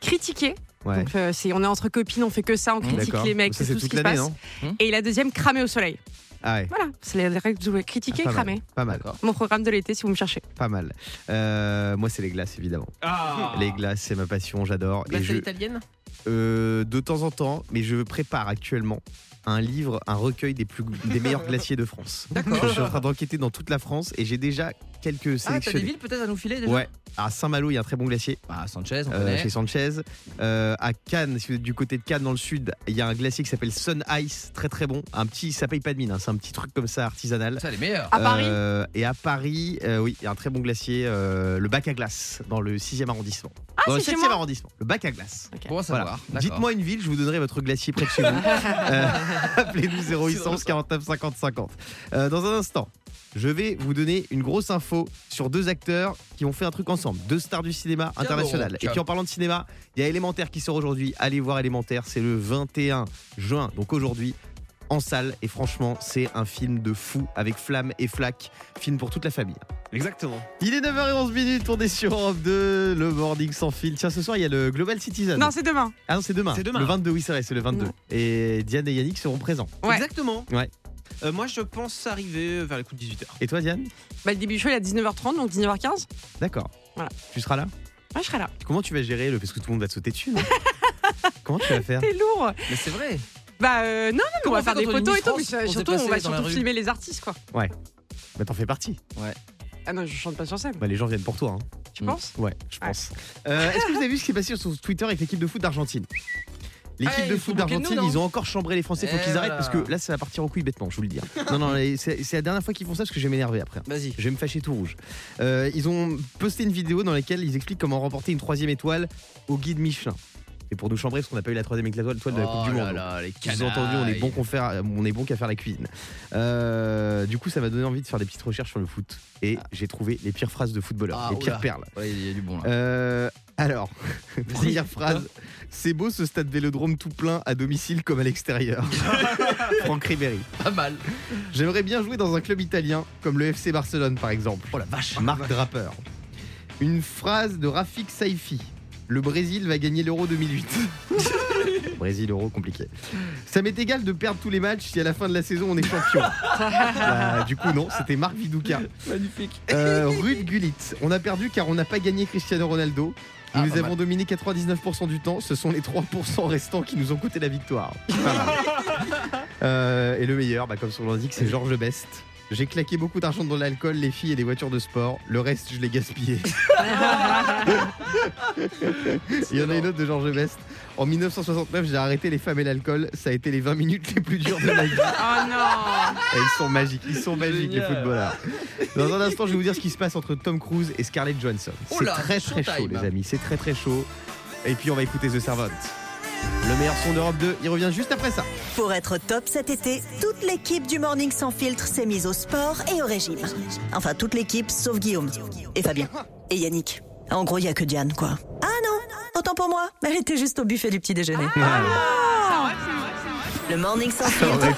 Critiquer. Ouais. Mm. Donc, euh, c'est- on est entre copines, on fait que ça, on critique D'accord. les mecs, Ça, c'est c'est tout ce toute qui se l'année, passe. non Et la deuxième, cramer au soleil. Ah ouais. Voilà, c'est les règles du critiquer Ah, et pas mal. cramer. Pas mal. Mon programme de l'été, si vous me cherchez. Pas mal. Euh, moi, c'est les glaces, évidemment. Ah Les glaces, c'est ma passion, j'adore. Et Glace à je- l'italienne euh, de temps en temps, mais je prépare actuellement un livre, un recueil des, plus, (laughs) des meilleurs glaciers de France. D'accord. Je suis en train d'enquêter dans toute la France et j'ai déjà quelques Ah, t'as des sélectionnés. villes peut-être à nous filer déjà ouais, à Saint-Malo, il y a un très bon glacier. Bah, Sanchez, on euh, connaît. chez Sanchez. Euh, à Cannes, si vous êtes du côté de Cannes dans le sud, il y a un glacier qui s'appelle Sun Ice, très très bon. Un petit, ça paye pas de mine, hein, c'est un petit truc comme ça artisanal. Ça, les meilleurs. À Paris Euh, Et à Paris, euh, oui, il y a un très bon glacier, euh, le bac à glace, dans le 6e arrondissement. Ah, dans le c'est chez 7e moi. arrondissement, le bac à glace. Bon à Voilà. savoir. D'accord. Dites-moi une ville, je vous donnerai votre glacier près de (laughs) chez vous. Euh, Appelez-nous 0811 49 50 50. Euh, dans un instant, je vais vous donner une grosse info sur deux acteurs qui ont fait un truc ensemble, deux stars du cinéma Tiens, international. Laurent, Et puis en parlant de cinéma, il y a Élémentaire qui sort aujourd'hui. Allez voir Élémentaire, c'est le 21 juin, donc aujourd'hui en salle et franchement c'est un film de fou avec flamme et flaque film pour toute la famille Exactement. il est 9h11 minutes on est sur Europe 2 le morning sans fil tiens ce soir il y a le Global Citizen Non, c'est demain. ah non, c'est demain. C'est demain. Le 22, oui, c'est vrai, c'est le 22. Non. Et Diane et Yannick seront présents. Ouais. Exactement. Ouais. Euh, moi, je pense arriver euh, vers les coups de 18h. Et toi, Diane Bah, le début du show, il est à 19h30, donc 19h15. D'accord. Voilà. Tu seras là Ouais, je serai là. Comment tu vas gérer le. Parce que tout le monde va te sauter dessus, non Comment tu vas faire T'es lourd. Mais c'est vrai. Bah, euh, non, non, mais Comment on va faire on fait des quand on est photos et Miss tout, mais France pour se surtout, on va déplacer dans la surtout rue filmer les artistes, quoi. Ouais. Bah, t'en fais partie. Ouais. Ah non, je chante pas sur scène. Bah, les gens viennent pour toi. Hein. Tu Mm. penses Ouais, je pense. Euh, Est-ce que vous avez vu ce qui est passé sur Twitter avec l'équipe de foot d'Argentine Ah, L'équipe ils de se foot moquaient de nous, d'Argentine, non ils ont encore chambré les Français. Faut Eh qu'ils arrêtent voilà. parce que là, ça va partir en couille bêtement, je vous le dis. hein. Non, non, mais c'est c'est la dernière fois qu'ils font ça parce que je vais m'énerver après. hein. Vas-y. Je vais me fâcher tout rouge. Euh, ils ont posté une vidéo dans laquelle ils expliquent comment remporter une troisième étoile au guide Michelin. Et pour nous chambrer, parce qu'on n'a pas eu la troisième étoile étoile de la Oh Coupe du là Monde. là, les Vous avez entendu, on est bon qu'on faire- on est bon qu'à faire la cuisine. Euh, du coup, ça m'a donné envie de faire des petites recherches sur le foot. Et j'ai trouvé les pires phrases de footballeurs, Ah, les pires oula. perles. Ouais, il y a du bon là. Euh, alors, (laughs) première phrase. Hein C'est beau ce stade Vélodrome tout plein à domicile comme à (laughs) l'extérieur. Franck Ribéry. Euh, Pas mal. J'aimerais bien jouer dans un club italien comme le FC Barcelone par exemple. Oh la vache. Marc Draper. Une phrase de Rafik Saifi. Le Brésil va gagner l'Euro 2008. (laughs) Brésil Euro compliqué. Ça m'est égal de perdre tous les matchs si à la fin de la saison on est (laughs) champion. Bah, du coup non, c'était Marc Vidouka. Magnifique. Euh, Ruud Gullit, on a perdu car on n'a pas gagné Cristiano Ronaldo. Nous Ah, les pas avons dominés 99% du temps. Ce sont les 3% restants qui nous ont coûté la victoire. Pas mal. Euh, et le meilleur, bah, comme son nom l'indique, c'est Georges Best. J'ai claqué beaucoup d'argent dans l'alcool, les filles et les voitures de sport. Le reste, je l'ai gaspillé. Il y en a une autre de Georges Best. En 1969, j'ai arrêté les femmes et l'alcool. Ça a été les 20 minutes les plus dures de ma vie. Ah Oh non Et ils sont magiques, ils sont magiques les Génial. footballeurs. Dans un instant, je vais vous dire ce qui se passe entre Tom Cruise et Scarlett Johansson. C'est Oula, très très showtime. chaud, les amis. C'est très très chaud. Et puis on va écouter The Servant. Le meilleur son d'Europe 2, il revient juste après ça. Pour être au top cet été, toute l'équipe du Morning Sans Filtre s'est mise au sport et au régime. Enfin, toute l'équipe sauf Guillaume et Fabien et Yannick. En gros, il n'y a que Diane, quoi. Ah non, autant pour moi. Elle était juste au buffet du petit déjeuner. Ah. Le Morning Sans Filtre.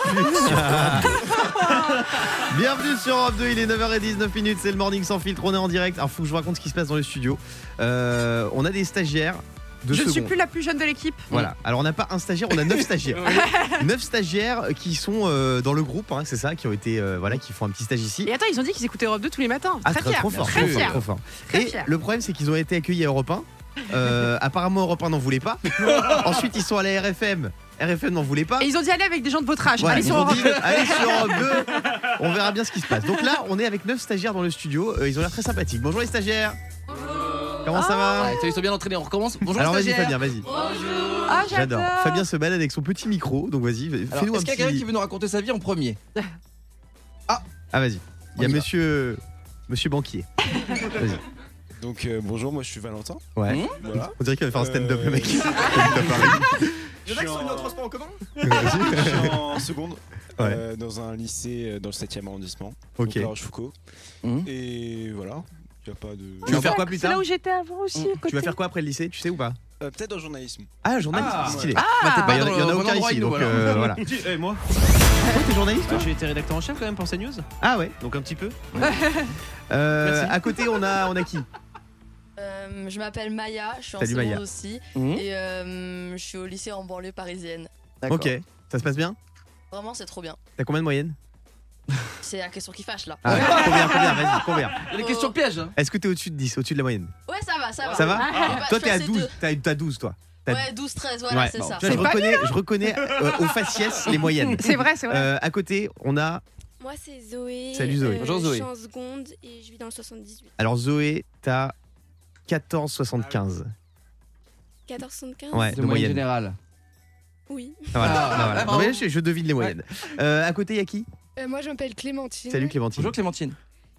Bienvenue sur Europe 2, il est 9h19 minutes, c'est le morning sans filtre, on est en direct. Alors faut que je vous raconte ce qui se passe dans le studio. Euh, on a des stagiaires de Je ne suis seconde. plus la plus jeune de l'équipe. Voilà. Alors on n'a pas un stagiaire, on a neuf (laughs) stagiaires. Neuf stagiaires qui sont euh, dans le groupe, hein, c'est ça, qui ont été euh, voilà, qui font un petit stage ici. Et attends, ils ont dit qu'ils écoutaient Europe 2 tous les matins. Ah, très très, fier. trop fort, Très trop fort, fier. trop fort. Très Et fier. le problème, c'est qu'ils ont été accueillis à Europe 1. Euh, apparemment, Europe 1 n'en voulait (laughs) pas. Ensuite, ils sont allés à RFM. RFM n'en voulait pas. Et ils ont dit allez avec des gens de votre âge. Voilà, allez ils sur ont Europe dit, 2. allez sur (laughs) Europe 2, on verra bien ce qui se passe. Donc là, on est avec 9 stagiaires dans le studio. Euh, ils ont l'air très sympathiques. Bonjour les stagiaires. Comment ça va Ouais, ils sont bien entraînés, on recommence. Bonjour, Alors vas-y stagiaire. Fabien, vas-y. Ah, J'adore. Fabien se balade avec son petit micro, donc vas-y, Alors, fais-nous un Est-ce qu'il y a quelqu'un petit. qui veut nous raconter sa vie en premier Ah vas-y. Il y a On y va. monsieur monsieur banquier. Vas-y. Donc euh, bonjour, moi je suis Valentin. Ouais. Voilà. On dirait qu'il va faire un stand-up le mec. Il y en a qui sont dans transport en commun (laughs) Vas-y. Je suis en (laughs) seconde Ouais. euh, dans un lycée euh, dans le 7 e arrondissement. Ok. donc à Rochefoucauld. Mmh. Et voilà. Il n'y a pas de. Tu veux faire quoi plus C'est là tard Mm. où j'étais avant aussi. Tu vas faire quoi après le lycée, tu sais ou pas Euh, Peut-être dans le journalisme. Ah, journaliste, Ah. c'est stylé. Ah. Bah, t'es pas- il y en a- dans il y en a le bon aucun endroit, ici, il donc nous, euh, voilà. Et moi Toi, t'es journaliste toi J'ai été rédacteur en chef quand même pour CNews. Ah ouais. Donc un petit peu. (laughs) Euh, Merci. à côté, on a, on a qui Euh, je m'appelle Maya, je suis en Salut, seconde Maya. aussi Mhm. et euh, je suis au lycée en banlieue parisienne. Ok. Ça se passe bien Vraiment, c'est trop bien. T'as combien de moyenne C'est la question qui fâche là. Ah ouais. Combien, combien Vas-y, (laughs) combien Il y a des questions pièges. Est-ce que t'es au-dessus de 10, au-dessus de la moyenne Ouais, ça va, ça va. Ça va Je suis pas- Toi, je t'es suis à assez 12, deux. t'as t'as 12, toi. T'as- Ouais, 12-13, voilà, Ouais, c'est bon, ça. tu vois, je reconnais, je reconnais euh, au faciès les moyennes. (laughs) C'est vrai, c'est vrai. Euh, à côté, on a. Moi, c'est Zoé. Euh, Salut, Zoé. Bonjour, Je Zoé. suis en seconde et je vis dans le 78. Alors, Zoé, t'as 14,75. 1475 Ouais, de moyenne générale. Oui. Voilà, Ah, bah voilà. ah, Non, mais bravo. je, je devine les moyennes. Euh, à côté, il y a qui Euh, moi, je m'appelle Clémentine. Salut Clémentine. Bonjour Clémentine.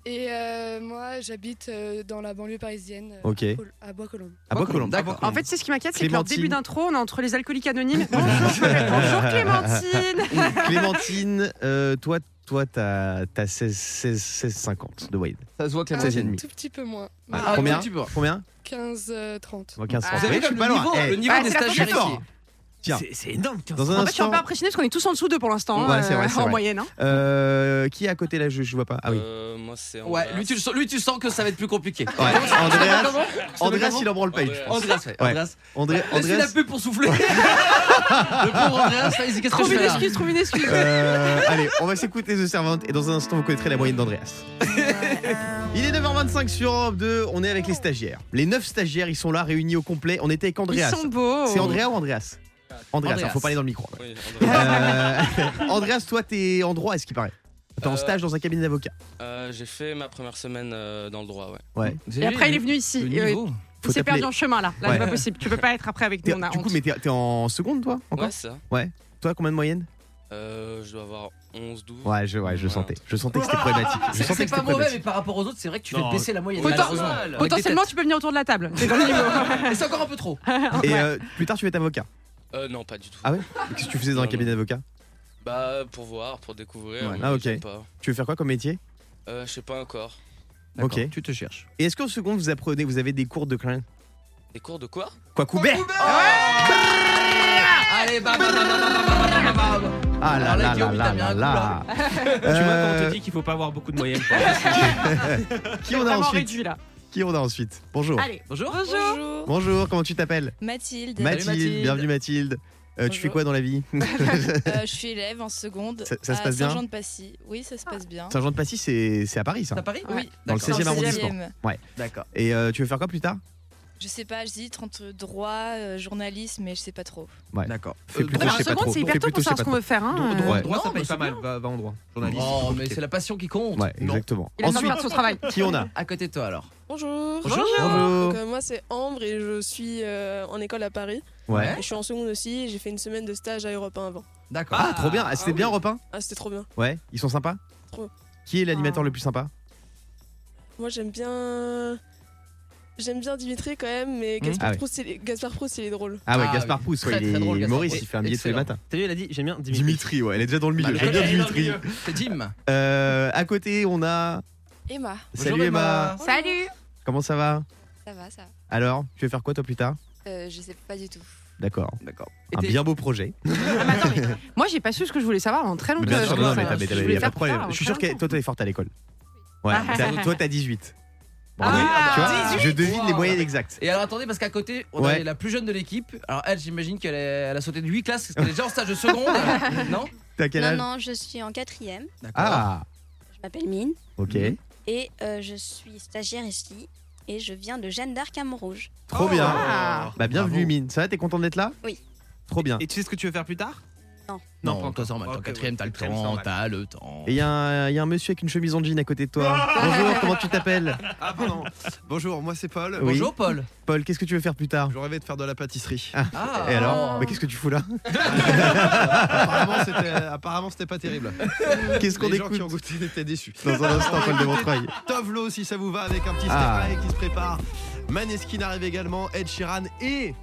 Et euh, moi, j'habite euh, dans la banlieue parisienne. euh, Ok. à Col- À Bois-Colombes. À Bois-Colombes. D'accord. En fait, c'est ce qui m'inquiète, c'est que leur Ah, Clémentine. début d'intro, on est entre les (laughs) alcooliques anonymes. Bonjour, je m'appelle- bonjour Clémentine. Clémentine, euh, toi, toi, t'as t'as 16, 16, 16, 50 de moyenne. Ça se voit, Ah, Clémentine. un tout petit peu moins. Ouais, Mais combien Ah, petit peu. Ah, Combien 15, euh, 30. Moi, 15, Vous 30. avez Ouais, je comme suis pas le loin. niveau- hein, Eh, le niveau ah, des c'est la stagiaires première ici. fois. Tiens. C'est énorme, Dans un en fait, je suis un instant- peu impressionnée parce qu'on est tous en dessous d'eux pour l'instant, Ouais, hein, c'est vrai, c'est en vrai. moyenne. hein. Euh, qui est à côté là Je, je vois pas. Ah oui. Euh, moi, c'est Ouais, lui tu, le sens, lui, tu sens que ça va être plus compliqué. (laughs) Andreas- Comment Tu t'appelles Andreas, comment il en branle pas une, je pense. Andreas, ouais. Ouais. Andreas. André- Laisse-lui la Andreas- pub pour souffler. (laughs) le pauvre Andreas, là, il dit qu'est-ce que Trouve je une fais là excuse, trouve une excuse. Euh, allez, on va s'écouter The Servant et dans un instant vous connaîtrez la moyenne d'Andreas. Il est 9h25 sur Europe 2, on est avec les stagiaires. Les 9 stagiaires, ils sont là réunis au complet. On était avec Andreas. sont beaux. C'est Andrea ou Andreas Andreas, Andreas. hein, faut parler dans le micro. Euh, (laughs) Andreas, toi t'es en droit, est-ce qu'il paraît T'es en Euh, stage dans un cabinet d'avocat. Euh, j'ai fait ma première semaine euh, dans le droit, ouais. Ouais. Et après, il est venu ici. et, euh, Faut il s'est t'appeler. perdu en chemin là. Là, Ouais. c'est pas possible. Tu peux pas être après avec T'es- nous. On a du coup, honte. mais t'es t'es en seconde toi encore Ouais, c'est ça. Ouais. Toi, combien de moyenne Euh, je dois avoir 11, 12. Ouais, je, ouais, je sentais. Je sentais que c'était problématique. Je C'est- sentais C'est que pas c'était mauvais, mais problématique. par rapport aux autres, c'est vrai que tu Non. fais baisser la moyenne. Potent- malheureusement. Potentiellement, tu peux venir autour de la table. C'est dans le niveau. C'est encore un peu trop. Et euh, plus tard, tu vas être avocat. Euh, non, pas du tout. Ah ouais Et Qu'est-ce que tu faisais dans un Non, cabinet d'avocat Bah, pour voir, pour découvrir. mais Ah ok. j'aime Pas. Tu veux faire quoi comme métier Euh, je sais pas encore. Ok. Tu te cherches. Et est-ce qu'en seconde vous apprenez, vous avez des cours de crin Des cours de quoi Quoi couper Allez, bah, bam, bam, bam, bam, bam, bam, bam, bam, bam. Ah là Alors là, là là Guillaume, il t'a là mis là un là. Euh, Tu vois quand Euh, on te dit qu'il faut pas avoir beaucoup (laughs) de moyenne. pour- Qui on a vraiment ensuite réduit, là. Qui on a ensuite Bonjour. Allez, bonjour. Ah, Bonjour. Bonjour. Comment tu t'appelles Mathilde. bienvenue Mathilde. Euh, tu fais Bonjour. quoi dans la vie (laughs) Euh, je suis élève en seconde. euh, Ça- ça se à passe bien Saint-Jean-de-Passy. Oui, ça se Ah. passe bien. Saint-Jean-de-Passy, c'est c'est à Paris, ça bah, C'est à Paris Oui. Dans le D'accord. 16e Dans le 16e. arrondissement. Ouais. D'accord. Et euh, tu veux faire quoi plus tard Je sais pas, j'hésite entre droit, euh, journalisme, mais je sais pas trop. Ouais. D'accord. Euh, Fais plutôt, droit, je sais pas bah, seconde, trop. c'est hyper Fais tôt pour plutôt, je sais savoir pas ce qu'on trop. veut faire, hein. Dro- Euh, droit, droit, ça mais paye c'est pas mal. Va, va en droit. Journaliste. c'est Oh, trop mais compliqué. c'est la passion qui compte. Ouais, Non. exactement. Il a envie de faire son travail. Qui on a À côté de toi alors Bonjour. Bonjour. Bonjour. Donc, euh, moi c'est Ambre et je suis euh, en école à Paris. Ouais. Et je suis en seconde aussi. et J'ai fait une semaine de stage à Europe 1 avant. D'accord. Ah, trop bien. Ah, C'était bien repas Ah c'était trop bien. Ouais. Ils sont sympas Trop. Qui est Ah. l'animateur le plus sympa Moi j'aime bien. J'aime bien Dimitri quand même, mais Gaspard Ah ouais. Proust, c'est les... Gaspard Proust, il est drôle. Ah ouais, Ah Gaspard oui. Proust, Très, ouais, il très est drôle, Gaspard humoriste, il Proust. fait un billet tous les Excellent. matins. T'as vu, elle a dit j'aime bien Dimitri. Dimitri, ouais, elle est déjà dans Bah, le milieu. J'aime bien Dimitri. C'est Jim. Euh, à côté, on a. Emma. Salut Emma. Salut. Comment ça va Ça va, ça va. Alors, tu veux faire quoi toi plus tard Euh, je sais pas du tout. D'accord. D'accord. Un bien beau projet. Ah, bah, Moi, j'ai pas su ce que je voulais savoir en très longtemps. Bien sûr, non, non, Je mais t'as- mais t'as- voulais y a pas faire hein de problème. ça, Je suis sûr que toi, t'es forte à l'école. Ouais. Ah. T'as- Toi, t'as 18. Bon, Ah, oui, tu vois, 18. je devine les Wow. moyennes exactes. Et alors attendez parce qu'à côté on Ouais. a la plus jeune de l'équipe. Alors elle j'imagine qu'elle est- elle a sauté de 8 classes parce qu'elle est déjà en stage de seconde. (laughs) non T'as quel Non, âge non, je suis en quatrième. Ah, Je m'appelle Mine ok. et euh, je suis stagiaire ici et je viens de Jeanne d'Arc à Montrouge. Trop bien. Ah. Bah, bienvenue, Mine. Ça va, t'es content d'être là Oui. Trop bien. Et tu sais ce que tu veux faire plus tard Non, toi c'est normal. T'es en quatrième, t'as le temps, t'as le temps. Et il y, a un- y a un monsieur avec une chemise en jean à côté de toi. Bonjour, comment tu t'appelles Ah pardon. Bonjour, moi c'est Paul. Oui. Paul, qu'est-ce que tu veux faire plus tard Je rêvais de faire de la (laughs) pâtisserie. Ah. Et alors Mais qu'est-ce que tu fous là apparemment, c'était, apparemment, c'était pas terrible. Qu'est-ce qu'on Les gens écoute qui ont goûté étaient déçus. Dans un instant, On va Paul de écouter Montreuil. Tovlo si ça vous va avec un petit Ah. Sky qui se prépare. (laughs) Maneskin arrive également, Ed Sheeran et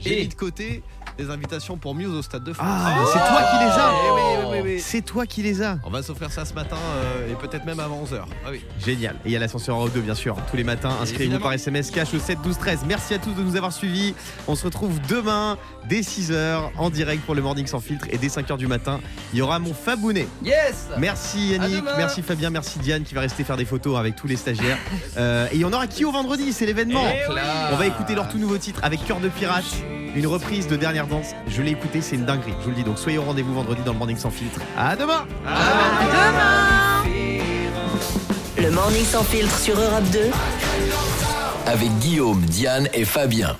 j'ai mis de côté des invitations pour Muse au Stade de France. Ah, mais c'est toi qui les as Eh oui, oui, oui, oui. C'est toi qui les as On va s'offrir ça ce matin euh, et peut-être même avant 11h. Ah oui. Génial. Et il y a l'ascenseur Europe 2, bien sûr. Tous les matins, inscrivez-vous Évidemment. par SMS cash au 7 12 13. Merci à tous de nous avoir suivis. On se retrouve demain dès 6h en direct pour le Morning Sans Filtre. Et dès 5h du matin, il y aura mon Fabounet. Yes Merci À Yannick, demain. merci Fabien, merci Diane qui va rester faire des photos avec tous (laughs) les stagiaires. Euh, et il y en aura qui au vendredi, c'est l'événement. Eh oui. On va écouter leur tout nouveau titre avec Cœur de Pirate, une reprise de Dernière Danse. Je l'ai écouté, c'est une dinguerie, je vous le dis. Donc soyez au rendez-vous vendredi dans le Morning Sans Filtre. À demain Le Morning sans filtre sur Europe 2. Avec Guillaume, Diane et Fabien.